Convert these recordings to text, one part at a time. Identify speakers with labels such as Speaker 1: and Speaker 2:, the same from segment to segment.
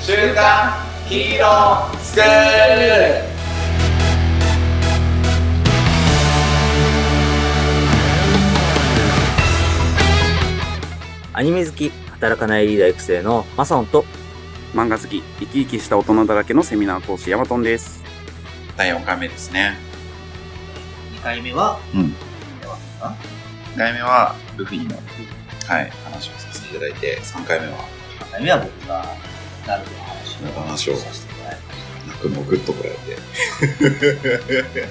Speaker 1: 週刊ヒーロースクール
Speaker 2: アニメ好き、働かないリーダー育成のマサオンと、
Speaker 3: 漫画好き、生き生きした大人だらけのセミナー講師、ヤマトンです。
Speaker 1: 第4回目ですね
Speaker 4: 2回目は、
Speaker 1: うん
Speaker 4: やばかったな
Speaker 1: 1回目はルフィの、はい、話をさせていただいて3回目は
Speaker 4: 三回目は僕がなるほど話
Speaker 1: ナルトの話を
Speaker 4: させてもらいまし
Speaker 1: 泣くのをグッとこらえて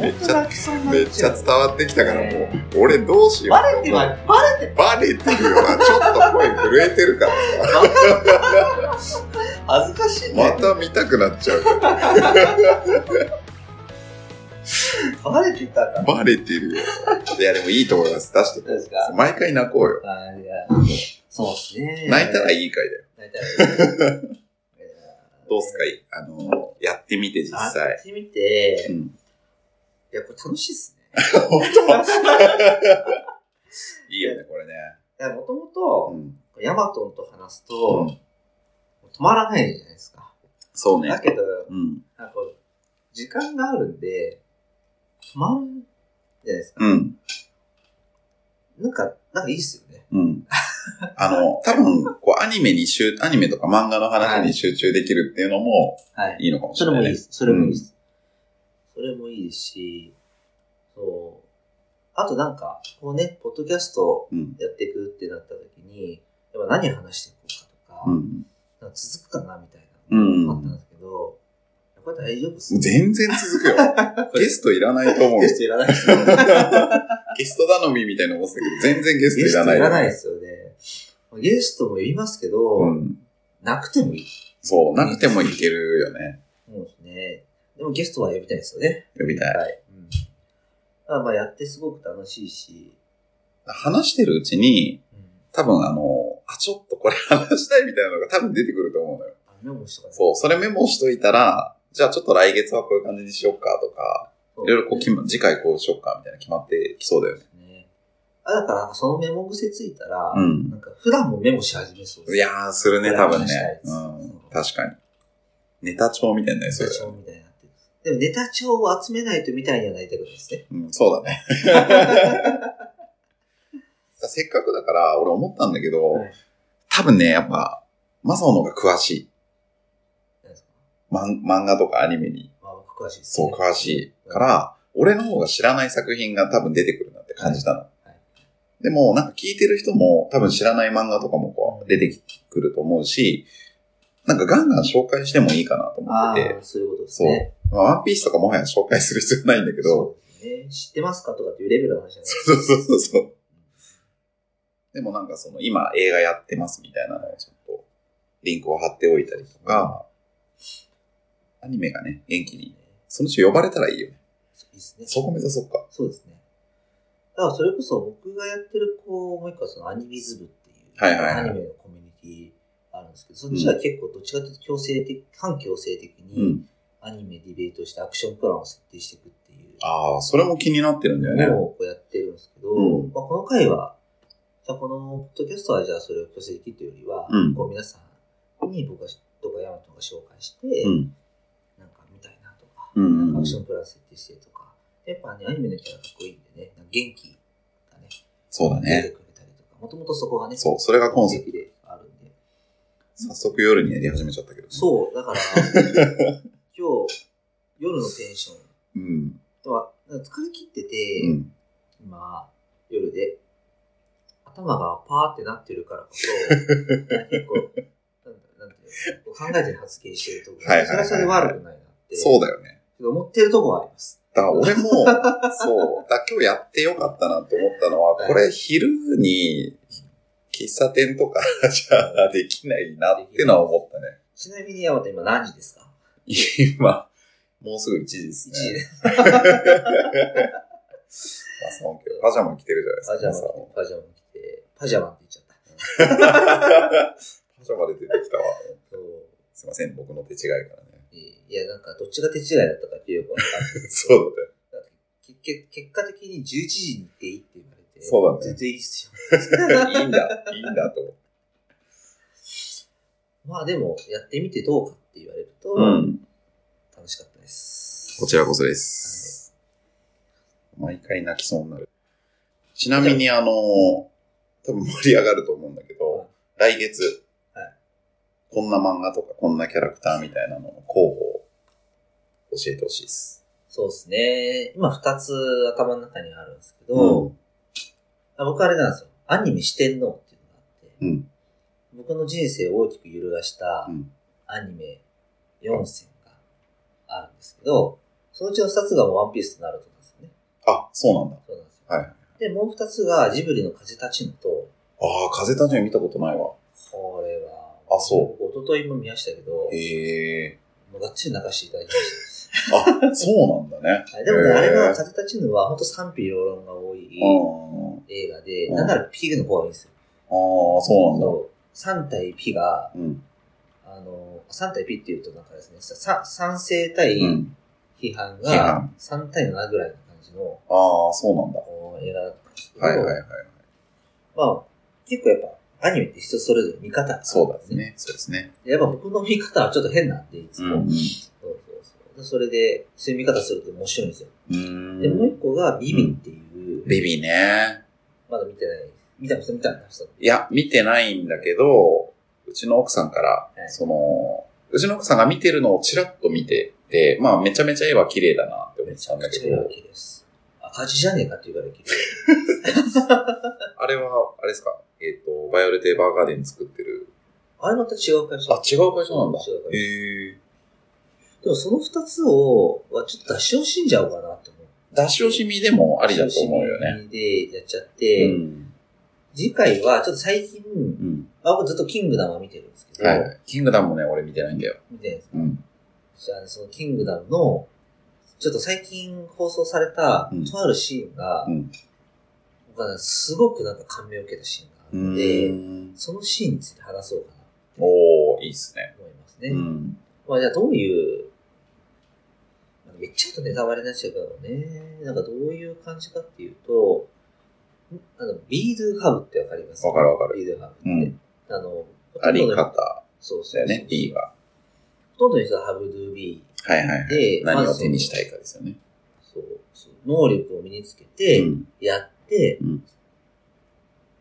Speaker 1: めっちゃ
Speaker 4: 泣きそうになっち
Speaker 1: め
Speaker 4: ゃう
Speaker 1: っちゃ伝わってきたからもう俺どうしよう
Speaker 4: バレてはバレて
Speaker 1: バレてるわちょっと声震えてるから
Speaker 4: 恥ずかしい
Speaker 1: ま
Speaker 4: ね、
Speaker 1: た見たくなっちゃうよ
Speaker 4: バレてたから
Speaker 1: バレてるよいやでもいいと思います出して
Speaker 4: どうですか
Speaker 1: 毎回泣こうよ
Speaker 4: あいやそうですね
Speaker 1: 泣いたら
Speaker 4: い
Speaker 1: いい回だよ
Speaker 4: 泣いたらいい
Speaker 1: どうすかいあのやってみて実
Speaker 4: や
Speaker 1: 際
Speaker 4: ってみて
Speaker 1: うん
Speaker 4: いやこれ楽しいっすね
Speaker 1: 本当いいよねこれね
Speaker 4: いやもとも
Speaker 1: う
Speaker 4: と
Speaker 1: ん
Speaker 4: ヤマトンと話す
Speaker 1: う
Speaker 4: と、
Speaker 1: ん
Speaker 4: 止まらないじゃないですか
Speaker 1: そう
Speaker 4: だ
Speaker 1: ね
Speaker 4: けど
Speaker 1: うん
Speaker 4: なんかこう時間があるんで止まるじゃないですか、
Speaker 1: うん
Speaker 4: なんかなんかいいっすよね
Speaker 1: うんあの多分こうアニメに集アニメとか漫画の話に集中できるっていうのも
Speaker 4: はい
Speaker 1: いいのかもし
Speaker 4: そ
Speaker 1: れ
Speaker 4: れ
Speaker 1: な
Speaker 4: も
Speaker 1: い
Speaker 4: いい
Speaker 1: ね
Speaker 4: です。それもいいです。それもいいし、そう。あとなんか、こうね、ポッドキャスト
Speaker 1: うん
Speaker 4: やっていくってなった時に、やっぱ何話していこうかとか、
Speaker 1: うん
Speaker 4: なんか続くかなみたい
Speaker 1: うんうん
Speaker 4: なのがあったんですけど、やっぱり大丈夫っすね。
Speaker 1: 全然続 くよゲストいらないと思う
Speaker 4: ゲストいらないですよね。
Speaker 1: ゲスト頼みみたいな思ってたけど、全然ゲスト
Speaker 4: ゲ
Speaker 1: い
Speaker 4: ス
Speaker 1: らな
Speaker 4: ト
Speaker 1: い。
Speaker 4: いらないですよね。ゲストも言いますけど、
Speaker 1: うん。
Speaker 4: なくてもいい。
Speaker 1: そう、なくてもいけるよね。
Speaker 4: そうですね。でもゲストは呼びたいですよね。
Speaker 1: 呼びたい。
Speaker 4: い。うん。まあまあやってすごく楽しいし、
Speaker 1: 話してるうちに、
Speaker 4: うん。
Speaker 1: 多分あの、あ、ちょっとこれ 話したいみたいなのが多分出てくると思うのよ。
Speaker 4: あメモしとかね
Speaker 1: そう、それメモしといたら、じゃあちょっと来月はこういう感じにしよっかとか、いろいろこう決ま、次回こうしよっかみたいな決まってきそうだよね。
Speaker 4: ね。あ、だから、そのメモ癖ついたら、
Speaker 1: うん。
Speaker 4: なんか普段もメモし始めそうです
Speaker 1: いやー、するね、多分
Speaker 4: 話
Speaker 1: ね
Speaker 4: したいで。す
Speaker 1: うん。確かに。ネタ帳みたいになりそう
Speaker 4: ネタ
Speaker 1: だよ
Speaker 4: 帳みたいになってる。でもネタ帳を集めないとみたいにはなりたくないですね。
Speaker 1: うん、そうだね。 せっかくだから、俺思ったんだけど、
Speaker 4: はい
Speaker 1: 多分ね、やっぱ、マサオの方が詳しい。
Speaker 4: なんですか
Speaker 1: まん漫画とかアニメに、
Speaker 4: まあ、僕詳しいです
Speaker 1: そ
Speaker 4: ね。
Speaker 1: う詳しいから、俺の方が知らない作品が多分出てくるなって感じたの。
Speaker 4: いはい
Speaker 1: でも、なんか聞いてる人も多分知らない漫画とかもこう出てくると思うし、なんかガンガン紹介してもいいかなと思
Speaker 4: あ
Speaker 1: っ
Speaker 4: あ
Speaker 1: てて、、
Speaker 4: そういうことですね。
Speaker 1: まあワンピースとかもはや紹介する必要ないんだけど、
Speaker 4: そうですね。知ってますかとかっていうレベルの話じゃないです
Speaker 1: そうそうそうそう。でもなんかその今映画やってますみたいなのをちょっとリンクを貼っておいたりとか、アニメがね、元気に。そのうち呼ばれたらいいよね。
Speaker 4: そうですね。
Speaker 1: そこ目指そうか。
Speaker 4: そうですね。だからそれこそ僕がやってるこう、もう一個はそのアニビズ部っていう、
Speaker 1: はいはいはい
Speaker 4: アニメのコミュニティあるんですけど、そっちは結構どっちかというと強制的、反強制的に
Speaker 1: ん。
Speaker 4: アニメディベートしてアクションプランを設定していくっていう
Speaker 1: ああ、それも気になってるんだよね
Speaker 4: の。をこうやってるんですけど、
Speaker 1: うん
Speaker 4: まあ、この回は、じゃあこのポッドキャストはじゃあそれを強制的というよりは、
Speaker 1: うん
Speaker 4: こう皆さんに僕がとかヤマトが紹介して、
Speaker 1: うん。
Speaker 4: なんか見たいなとか、
Speaker 1: うんうんうん
Speaker 4: なんかアクションプラン設定してとか、やっぱね、アニメのキャラかっこいいんでね、なんか元気がね、
Speaker 1: そうだ
Speaker 4: 出
Speaker 1: ね。
Speaker 4: てくれたりとか、もともとそこがね、
Speaker 1: そうそれがコンセプ
Speaker 4: トであるんで。
Speaker 1: 早速夜にやり始めちゃったけど、ね。
Speaker 4: そう、だから、今日、夜のテンション
Speaker 1: う。うん。
Speaker 4: では、疲れ切ってて、
Speaker 1: うん。
Speaker 4: 今、夜で、頭がパーってなってるからこ そ、結構、なんだなんていうのこう考えて発言してるところ、
Speaker 1: はいはいはい
Speaker 4: それはそれで悪くないなって、
Speaker 1: そうだよね。
Speaker 4: 思ってるところはあります。
Speaker 1: だから俺も、 そう、だから今日やってよかったなと思ったのは、
Speaker 4: はい
Speaker 1: これ昼に喫茶店とかじゃあできないなってのは思ったね。
Speaker 4: ちなみに、山田今何時ですか
Speaker 1: 今、もうすぐ1時です
Speaker 4: 一
Speaker 1: ね。
Speaker 4: 時で
Speaker 1: まあそのパジャマ着てるじゃ
Speaker 4: パ
Speaker 1: ない
Speaker 4: ジ
Speaker 1: で
Speaker 4: ャ
Speaker 1: すか。
Speaker 4: マ、パジャマ着て、パジャマって言っちゃった。
Speaker 1: パジャマで出てきたわ。
Speaker 4: そう
Speaker 1: すいません、僕の手違いからね。
Speaker 4: いや、なんか、どっちが手違いだったかってよくわかんない。
Speaker 1: そうだね。
Speaker 4: 結結結果的に11時に行っていいって言われて。
Speaker 1: そうだね
Speaker 4: 全然いいっすよ。
Speaker 1: いいんだ、いいんだと思って。
Speaker 4: まあでも、やってみてどうかって言われると、
Speaker 1: うん。
Speaker 4: 楽しかったです。
Speaker 1: こちらこそです。毎回泣きそうになる。ちなみに、あの、多分盛り上がると思うんだけど、来月、
Speaker 4: はい
Speaker 1: こんな漫画とかこんなキャラクターみたいなのの候補を教えてほしいです。
Speaker 4: そうですね。今二つ頭の中にあるんですけど、
Speaker 1: うん。
Speaker 4: あ僕あれなんですよ。アニメ四天王っていうのがあって、
Speaker 1: うん
Speaker 4: 僕の人生を大きく揺るがした
Speaker 1: うん
Speaker 4: アニメ4選があるんですけど、そのうちの2つがもうワンピースとなるとなんですよね。
Speaker 1: あ、そうなんだ。
Speaker 4: そうなんですよ。
Speaker 1: はい。
Speaker 4: で、もう2つがジブリの風立ちぬと、
Speaker 1: ああ、風立ちぬ見たことないわ。
Speaker 4: これは、。
Speaker 1: あそう
Speaker 4: 一昨日も見ましたけど、も
Speaker 1: へえ。
Speaker 4: うがっちり泣かしていただきまし
Speaker 1: あ、そうなんだね。
Speaker 4: た。はいでもね、
Speaker 1: へー
Speaker 4: あれが風立ちぬは本当賛否両論が多い
Speaker 1: うん。
Speaker 4: 映画で、
Speaker 1: うん
Speaker 4: なんならピールの方がいいんですよ。
Speaker 1: ああ、そ
Speaker 4: 3体ピが、
Speaker 1: うなんだ。うん。
Speaker 4: あの、3対 P っていうとなんかですね、さ賛成対
Speaker 1: うん。
Speaker 4: 批判
Speaker 1: 批
Speaker 4: が
Speaker 1: 判
Speaker 4: 3対7ぐらいの感じの
Speaker 1: ああ、そうなんだ。
Speaker 4: こう映画だったんですけど、
Speaker 1: はいはいはい。
Speaker 4: まあ、結構やっぱアニメって人それぞれ見方があるんです
Speaker 1: そうだね。そうですね。
Speaker 4: やっぱ僕の見方はちょっと変なんで、いつ
Speaker 1: う
Speaker 4: も。
Speaker 1: ん。
Speaker 4: そうそうそうでそれで、そういう見方すると面白いんですよ。
Speaker 1: うん
Speaker 4: で、もう一個がビビっていう、
Speaker 1: ベビーね。
Speaker 4: まだ見てない、見た人見たんだ、人。
Speaker 1: いや、見てないんだけど、うちの奥さんから、
Speaker 4: い
Speaker 1: その、うちの奥さんが見てるのをちらっと見てて、まあめちゃめちゃ絵は綺麗だなって思ってたんだけ
Speaker 4: めちゃ
Speaker 1: ど
Speaker 4: く、ちゃ綺麗です。赤字じゃねえかっていうぐらい綺麗。
Speaker 1: あれは、あれですか、えっ、と、バイオレット・エヴァーガーデン作ってる。
Speaker 4: あれまた違う会社。
Speaker 1: あ、違う会社なんだ
Speaker 4: 違う。会社
Speaker 1: へえ。
Speaker 4: でもその二つを、はちょっと出し惜しんじゃおうかなと思う。
Speaker 1: 出し惜しみでもありだと思うよね。。
Speaker 4: で、やっちゃっ
Speaker 1: う
Speaker 4: て、
Speaker 1: ん。
Speaker 4: 次回は、ちょっと最近、
Speaker 1: うん。
Speaker 4: まあ、僕ずっとキングダムは見てるんですけど、
Speaker 1: はい。キングダムもね、俺見てないんだよ。
Speaker 4: 見てるんですか
Speaker 1: うん。
Speaker 4: じゃあ、そのキングダムの、ちょっと最近放送された
Speaker 1: うん、
Speaker 4: とあるシーンが、
Speaker 1: うん
Speaker 4: 僕はね、すごくなんか感銘を受けたシーンがあ
Speaker 1: う
Speaker 4: るので、
Speaker 1: ん。
Speaker 4: そのシーンについて話そうかな
Speaker 1: おー、いいっすね。
Speaker 4: と思いますね。
Speaker 1: うん。
Speaker 4: まあ、じゃあ、どういう、なんかめっちゃちょっとネタバレになっちゃうけどね、なんかどういう感じかっていうと、んあの、ビードゥハブってわかります
Speaker 1: わかるわかる
Speaker 4: ビードゥハブって。
Speaker 1: うん。
Speaker 4: あの、
Speaker 1: あり
Speaker 4: ほとんどの
Speaker 1: 方
Speaker 4: そうです
Speaker 1: だよね、B
Speaker 4: は。
Speaker 1: が。
Speaker 4: ほとんどの人はハブドゥービ
Speaker 1: はいはいはい。
Speaker 4: ーで、
Speaker 1: 何
Speaker 4: ま
Speaker 1: を
Speaker 4: ず
Speaker 1: 手にしたいかですよね。
Speaker 4: そうそう能力を身につけて、
Speaker 1: うん
Speaker 4: やって、
Speaker 1: うん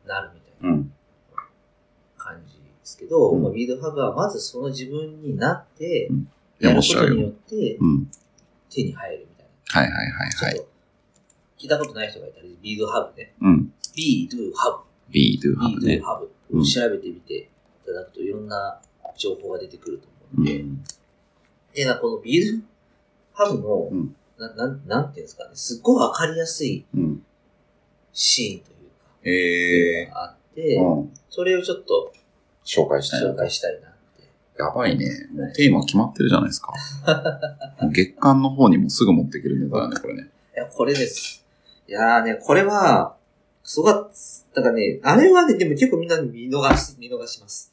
Speaker 4: なるみたいな
Speaker 1: うん。
Speaker 4: 感じですけど、
Speaker 1: うん
Speaker 4: まあ、ビードハブはまずその自分になって
Speaker 1: うん、
Speaker 4: やることによって
Speaker 1: うん。
Speaker 4: 手に入るみた
Speaker 1: は
Speaker 4: い
Speaker 1: いはいはい
Speaker 4: な。
Speaker 1: はい
Speaker 4: ち。ょっと聞いたことない人がいたら、ビードハブね。
Speaker 1: うん。
Speaker 4: ビードハ
Speaker 1: B do
Speaker 4: ブ。
Speaker 1: have
Speaker 4: ビー
Speaker 1: ね
Speaker 4: ド。ハブ。
Speaker 1: うん
Speaker 4: 調べてみていただくといろんな情報が出てくると思
Speaker 1: う
Speaker 4: うので、
Speaker 1: ん。
Speaker 4: で、なこのビールハブの、
Speaker 1: うん
Speaker 4: ななん、なんていうんですかね、すっごいわかりやすい
Speaker 1: うん。
Speaker 4: シーンというか、
Speaker 1: え
Speaker 4: え
Speaker 1: え
Speaker 4: があって、
Speaker 1: うん。
Speaker 4: それをちょっと
Speaker 1: 紹介したい
Speaker 4: 紹
Speaker 1: な。
Speaker 4: 介したいなって。
Speaker 1: やばいね。もうテーマ決まってるじゃないですか。 月間の方にもすぐ持ってくるネタだね、これね。
Speaker 4: いや、これです。いやーね、これは、すごかった。なんかね、あれはね、でも結構みんな見逃し、見逃します。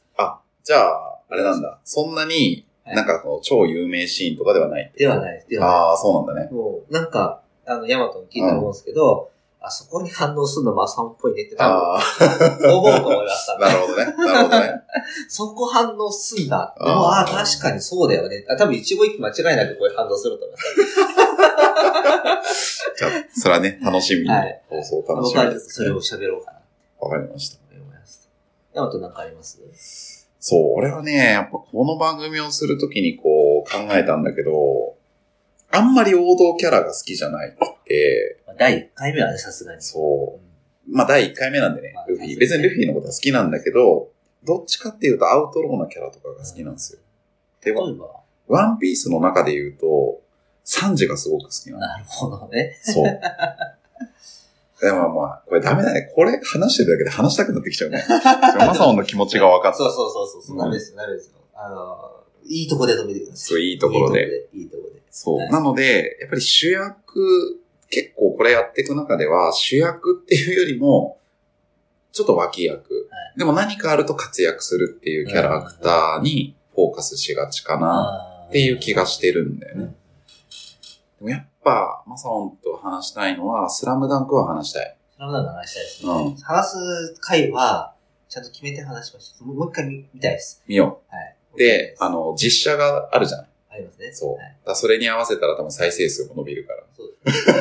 Speaker 1: じゃあ、あれなんだ。そんなに、
Speaker 4: はい
Speaker 1: なんかこう、超有名シーンとかではない。
Speaker 4: ではない、では
Speaker 1: ああ、そうなんだ
Speaker 4: ない。
Speaker 1: ね。
Speaker 4: もう、なんか、あの、ヤマトに聞いたと思うんですけど、あそこに反応するのマサンっぽいねって多分、
Speaker 1: あ
Speaker 4: 思うと思いま した
Speaker 1: あ、。 なるほどね。なるほどね。
Speaker 4: そこ反応すんだ。で
Speaker 1: あー
Speaker 4: も、ああ、確かにそうだよね。あ、多分一語一句間違いなくこれ反応すると思います。
Speaker 1: じゃあ、それはね、楽しみに
Speaker 4: はい。
Speaker 1: 放送楽し
Speaker 4: 僕
Speaker 1: み
Speaker 4: は
Speaker 1: です
Speaker 4: それ
Speaker 1: ね
Speaker 4: を。喋ろうかな
Speaker 1: わかりました。
Speaker 4: と思います。ヤマトなんかあります
Speaker 1: そう、俺はね、やっぱこの番組をするときにこう考えたんだけど、あんまり王道キャラが好きじゃないって、
Speaker 4: まあ第1回目はね、さすがに。
Speaker 1: そうう。
Speaker 4: ん。
Speaker 1: まあ第1回目なんでね
Speaker 4: まあ、
Speaker 1: ルフィ。
Speaker 4: そうです
Speaker 1: 別
Speaker 4: ね
Speaker 1: にルフィのことは好きなんだけど、どっちかっていうとアウトローなキャラとかが好きなんですよ。で、
Speaker 4: 例
Speaker 1: ワ
Speaker 4: えば、
Speaker 1: ワンピースの中で言うと、サンジがすごく好きなの。
Speaker 4: なるほどね。
Speaker 1: そう。でもまあ、これダメだね。これ話してるだけで話したくなってきちゃう ね。マサオンの気持ちが分かった。
Speaker 4: そうそうそうそうそう、
Speaker 1: うん
Speaker 4: ダメですよ、ダメですよ。あの、いいとこで止めてくださ
Speaker 1: そ
Speaker 4: い。
Speaker 1: う、いいところで。
Speaker 4: いいとこで。いいとこで。
Speaker 1: そう。
Speaker 4: はい
Speaker 1: なので、やっぱり主役、結構これやっていく中では、主役っていうよりも、ちょっと脇役。
Speaker 4: は
Speaker 1: でも何かあると活躍するっていうキャラクターにフォーカスしがちかな
Speaker 4: あー
Speaker 1: っていう気がしてるんだよ
Speaker 4: う
Speaker 1: ね
Speaker 4: ん。
Speaker 1: でもやっぱ、マサオンと話したいのは、スラムダンクは話したい。
Speaker 4: そのなんか話したいですね。
Speaker 1: うん
Speaker 4: 話す回は、ちゃんと決めて話しました。もうもう一回見見たいです。
Speaker 1: 見よう。
Speaker 4: はい。
Speaker 1: で、あ、の、実写があるじゃん。だか
Speaker 4: ありますね。
Speaker 1: そう
Speaker 4: はい
Speaker 1: らそれに合わせたら多分再生数も伸びるから。
Speaker 4: そう ですね。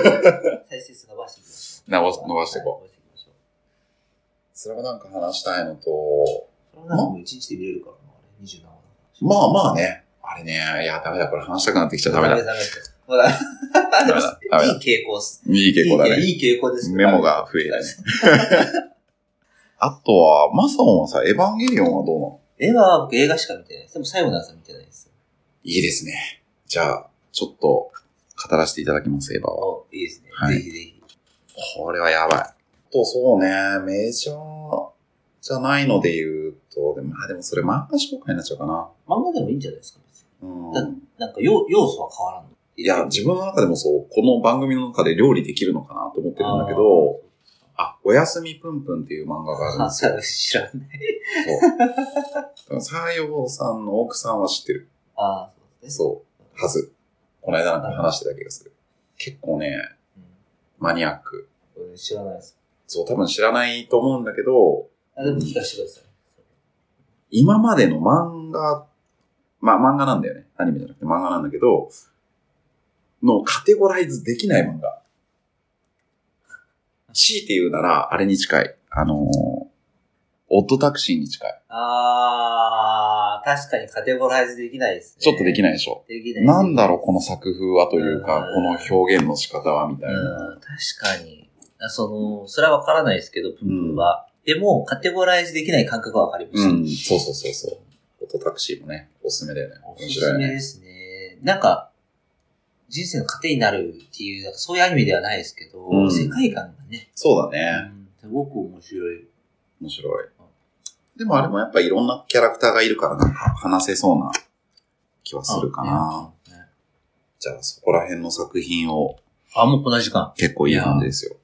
Speaker 4: 再生数伸ばしていきましょう。
Speaker 1: 伸ばし伸ばしていこ
Speaker 4: う。伸ばしていきましょう。
Speaker 1: それはなんか話したいのと、
Speaker 4: それはなんか一日で見れるからな、あれ、27話。
Speaker 1: まあまあね。あれね、いや、ダメだ、これ話したくなってきちゃダメだ。
Speaker 4: ダ
Speaker 1: い
Speaker 4: メだ。ほら、
Speaker 1: メだダメだ
Speaker 4: いい傾向っす。
Speaker 1: い傾向だね。
Speaker 4: いいいい傾向です
Speaker 1: メモが増えるね。あとは、マソンはさ、エヴァンゲリオンはどうなの
Speaker 4: 絵は僕映画しか見てないです。でも最後の朝見てないです。
Speaker 1: いいですね。じゃあ、ちょっと、語らせていただきます、エヴァは。
Speaker 4: おいいですね。
Speaker 1: はい
Speaker 4: ぜひぜひ。
Speaker 1: これはやばい。と、そうね、メジャーじゃないので言うと、でも、まあでもそれ漫画紹介になっちゃうかな。
Speaker 4: 漫画でもいいんじゃないですか、別に
Speaker 1: うん。
Speaker 4: なんか要要素は変わらんの。
Speaker 1: いや、自分の中でもそう、この番組の中で料理できるのかなと思ってるんだけど、あおやすみぷんぷんっていう漫画があるん
Speaker 4: あ
Speaker 1: ですよ。
Speaker 4: ー、知らない。
Speaker 1: そう。西洋さんの奥さんは知ってる。
Speaker 4: ああ、そうですね。
Speaker 1: そう。はず。この間なんか話してた気がする。結構ね、マニアック。
Speaker 4: うん。知らないです。
Speaker 1: そう、多分知らないと思うんだけど、
Speaker 4: あ、でも聞かせてください。
Speaker 1: 今までの漫画、まあ漫画なんだよね。アニメじゃなくて漫画なんだけど、のカテゴライズできない漫画。強いて言うなら、あれに近い。あのーオットタクシーに近い。
Speaker 4: ああ、確かにカテゴライズできないですね。
Speaker 1: ちょっとでき
Speaker 4: な
Speaker 1: な
Speaker 4: い。
Speaker 1: いでしょ。
Speaker 4: できない。
Speaker 1: なんだろう、この作風はというか
Speaker 4: う、
Speaker 1: こ
Speaker 4: ん
Speaker 1: の表現の仕方はみたいな。
Speaker 4: うん、確かに。あその、それはわからないですけど、プンプンは。でも、カテゴライズできない感覚はわかりま
Speaker 1: う
Speaker 4: した。
Speaker 1: ん、そうそうそうそう。オットタクシーもね、おすすめだよね。
Speaker 4: お
Speaker 1: 面
Speaker 4: す
Speaker 1: 白
Speaker 4: す
Speaker 1: いよ
Speaker 4: め
Speaker 1: ね。
Speaker 4: ですね。なんか、人生の糧になるっていう、なんかそういうアニメではないですけど、
Speaker 1: うん
Speaker 4: 世界観がね、
Speaker 1: そうだ
Speaker 4: う
Speaker 1: ね。
Speaker 4: ん、すごく面白い。
Speaker 1: 面白い。でもあれもやっぱいろんなキャラクターがいるからなんか話せそうな気はするかな。
Speaker 4: あ,ね、ね
Speaker 1: じゃあそこら辺の作品を
Speaker 4: あ、もうこんな時間。
Speaker 1: 結構いい感じですよ。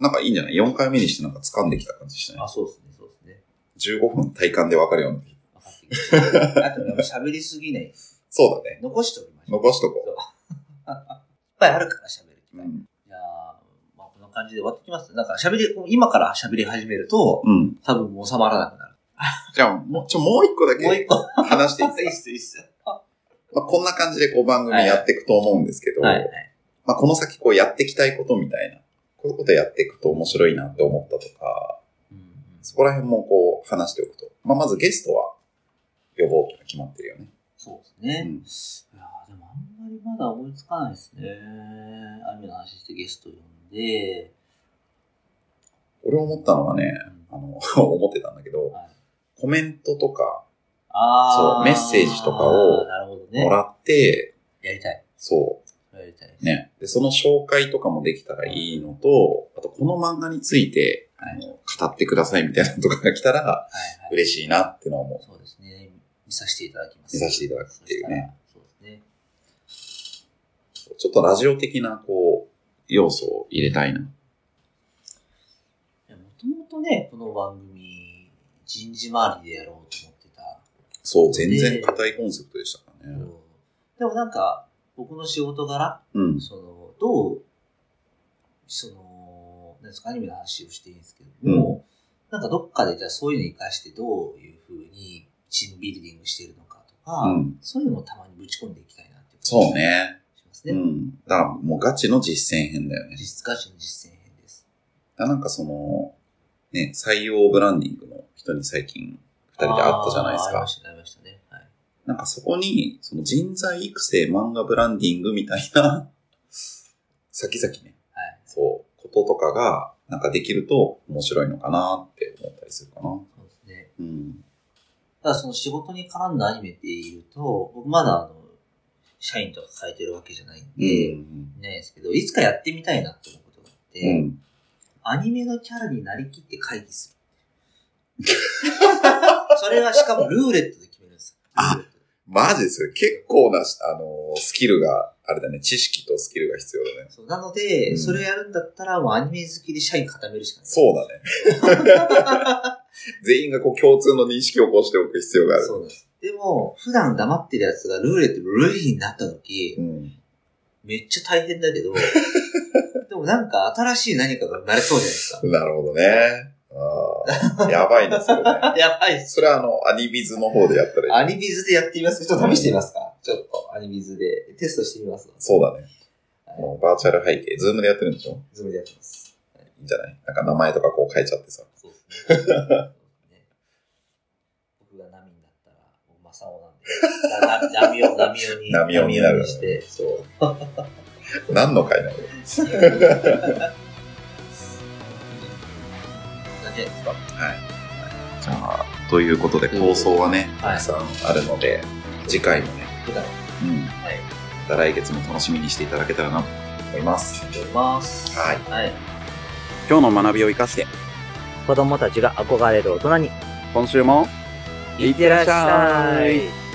Speaker 1: なんかいいんじゃない ?4 回目にしてなんか掴んできた感じしたね
Speaker 4: あ、。そうですね、そうですね。
Speaker 1: 15分体感でわかるようになってきた。
Speaker 4: 分かってきました。あとね、喋りすぎない。
Speaker 1: そうだね。
Speaker 4: 残しておきましょう。
Speaker 1: 残しとこ
Speaker 4: そう いっぱいあるから喋る機
Speaker 1: う。う
Speaker 4: 会。
Speaker 1: ん。
Speaker 4: いやーまあこんな感じで終わってきます。なんか喋り、今から喋り始めると、
Speaker 1: うん。
Speaker 4: 多分収まらなくな
Speaker 1: じゃあもう、ちょ、もう一個だ
Speaker 4: る。もう一
Speaker 1: け
Speaker 4: 個。は
Speaker 1: 話していいですか
Speaker 4: いいっす、いいっす。
Speaker 1: まあこんな感じでこう番組やっていくと思うんですけど、
Speaker 4: はい、はい。
Speaker 1: まあこの先こうやっていきたいことみたいな、こういうことやっていくと面白いなって思ったとか、
Speaker 4: うんうん
Speaker 1: そこら辺もこう話しておくと。まあ、まずゲストは呼ぼうとか決まってるよね。
Speaker 4: そうです
Speaker 1: う
Speaker 4: ね。
Speaker 1: ん
Speaker 4: いやーでもあんまりまだ思いつかないですね。アニメの話してゲスト呼んで、
Speaker 1: 俺思ったのはね、
Speaker 4: う
Speaker 1: あ
Speaker 4: ん
Speaker 1: の、 思ってたんだけど、
Speaker 4: はい
Speaker 1: コメントとか
Speaker 4: あ
Speaker 1: そ
Speaker 4: あ。
Speaker 1: うメッセージとかを
Speaker 4: なるほどね。
Speaker 1: もらって、
Speaker 4: やりたい。
Speaker 1: そ
Speaker 4: やりたいです
Speaker 1: う、。ね。で、その紹介とかもできたらいいのと、あとこの漫画について、
Speaker 4: はい
Speaker 1: あの語ってくださいみたいなのとかが来たら
Speaker 4: はいはい。
Speaker 1: 嬉しいなってのは思う。
Speaker 4: そうですね。見させていただきます。
Speaker 1: 見させていただくっていうね
Speaker 4: そしたら。そうですね。
Speaker 1: ちょっとラジオ的なこう、要素を入れたいな。
Speaker 4: いやもともとね、この番組、人事周りでやろうと思ってた。
Speaker 1: そう、全然硬いコンセプトでしたからね。
Speaker 4: でもなんか、僕の仕事柄、
Speaker 1: うん。
Speaker 4: その、どう、その、なんですか、アニメの話をしていいんですけども、なんかどっかでじゃあそういうの活かしてどういうふうにチームビルディングしてるのかとか、
Speaker 1: うん
Speaker 4: そういうのもたまにぶち込んでいきたいなって
Speaker 1: そう。ね。
Speaker 4: しますね。
Speaker 1: うん。だからもうガチの実践編だよね。
Speaker 4: 実家人実践編です。
Speaker 1: あなんかその、ね、採用ブランディングの人に最近二人で会ったじゃないです
Speaker 4: あーあり
Speaker 1: か
Speaker 4: ま。した、ありましたね。はい。
Speaker 1: なんかそこに、その人材育成漫画ブランディングみたいな、先々ね、
Speaker 4: はい。
Speaker 1: そう、こととかが、なんかできると面白いのかなって思ったりするかな。
Speaker 4: そうですね。
Speaker 1: うん。
Speaker 4: ただその仕事に絡んだアニメっていうと、僕まだあの、社員とか変えてるわけじゃないんで、
Speaker 1: うん。
Speaker 4: いないですけど、いつかやってみたいなって思うことがあって、
Speaker 1: うん。
Speaker 4: アニメのキャラになりきって会議する。 それはしかもルーレットで決めるんですよ。ルーレットで
Speaker 1: マジですよ。結構な、あのー、スキルが、あれだね、知識とスキルが必要だね。
Speaker 4: そうなので、
Speaker 1: うん
Speaker 4: それをやるんだったら、もうアニメ好きで社員固めるしかない。
Speaker 1: そうだね。 全員がこう共通の認識をこうしておく必要がある。
Speaker 4: そうなんです。でも、普段黙ってるやつがルーレットのルールになった時、
Speaker 1: うん。
Speaker 4: めっちゃ大変だ けど、でもなんか新しい何かが生まれそうじゃないですか。
Speaker 1: なるほどね。あやばいですよね。
Speaker 4: やばいっす。
Speaker 1: それはあの、アニビズの方でやったらいい。
Speaker 4: アニビズでやってみますちょっと試してみますかちょっと、アニビズでテストしてみます。
Speaker 1: そうだね。
Speaker 4: はい
Speaker 1: もうバーチャル背景、ズームでやってるんでしょ
Speaker 4: ズームでやってます。
Speaker 1: いいんじゃないなんか名前とかこう変えちゃってさ。
Speaker 4: そうですね。ね僕が波になったら、もうマサオなん で、なな波を、波をに、
Speaker 1: 波をになる
Speaker 4: 波をして、そう。
Speaker 1: そう。何の回なの
Speaker 4: だけですか
Speaker 1: はい。じゃあ、ということで構想はね、
Speaker 4: はい
Speaker 1: たくさんあるので、次回もね、
Speaker 4: 普段、
Speaker 1: うん。
Speaker 4: はい。
Speaker 1: また来月も楽しみにしていただけたらなと思います。
Speaker 4: やっております。
Speaker 1: はい
Speaker 4: はい。
Speaker 3: 今日の学びを生かして、
Speaker 2: 子供たちが憧れる大人に、
Speaker 3: 今週も、
Speaker 2: いってらっしゃい。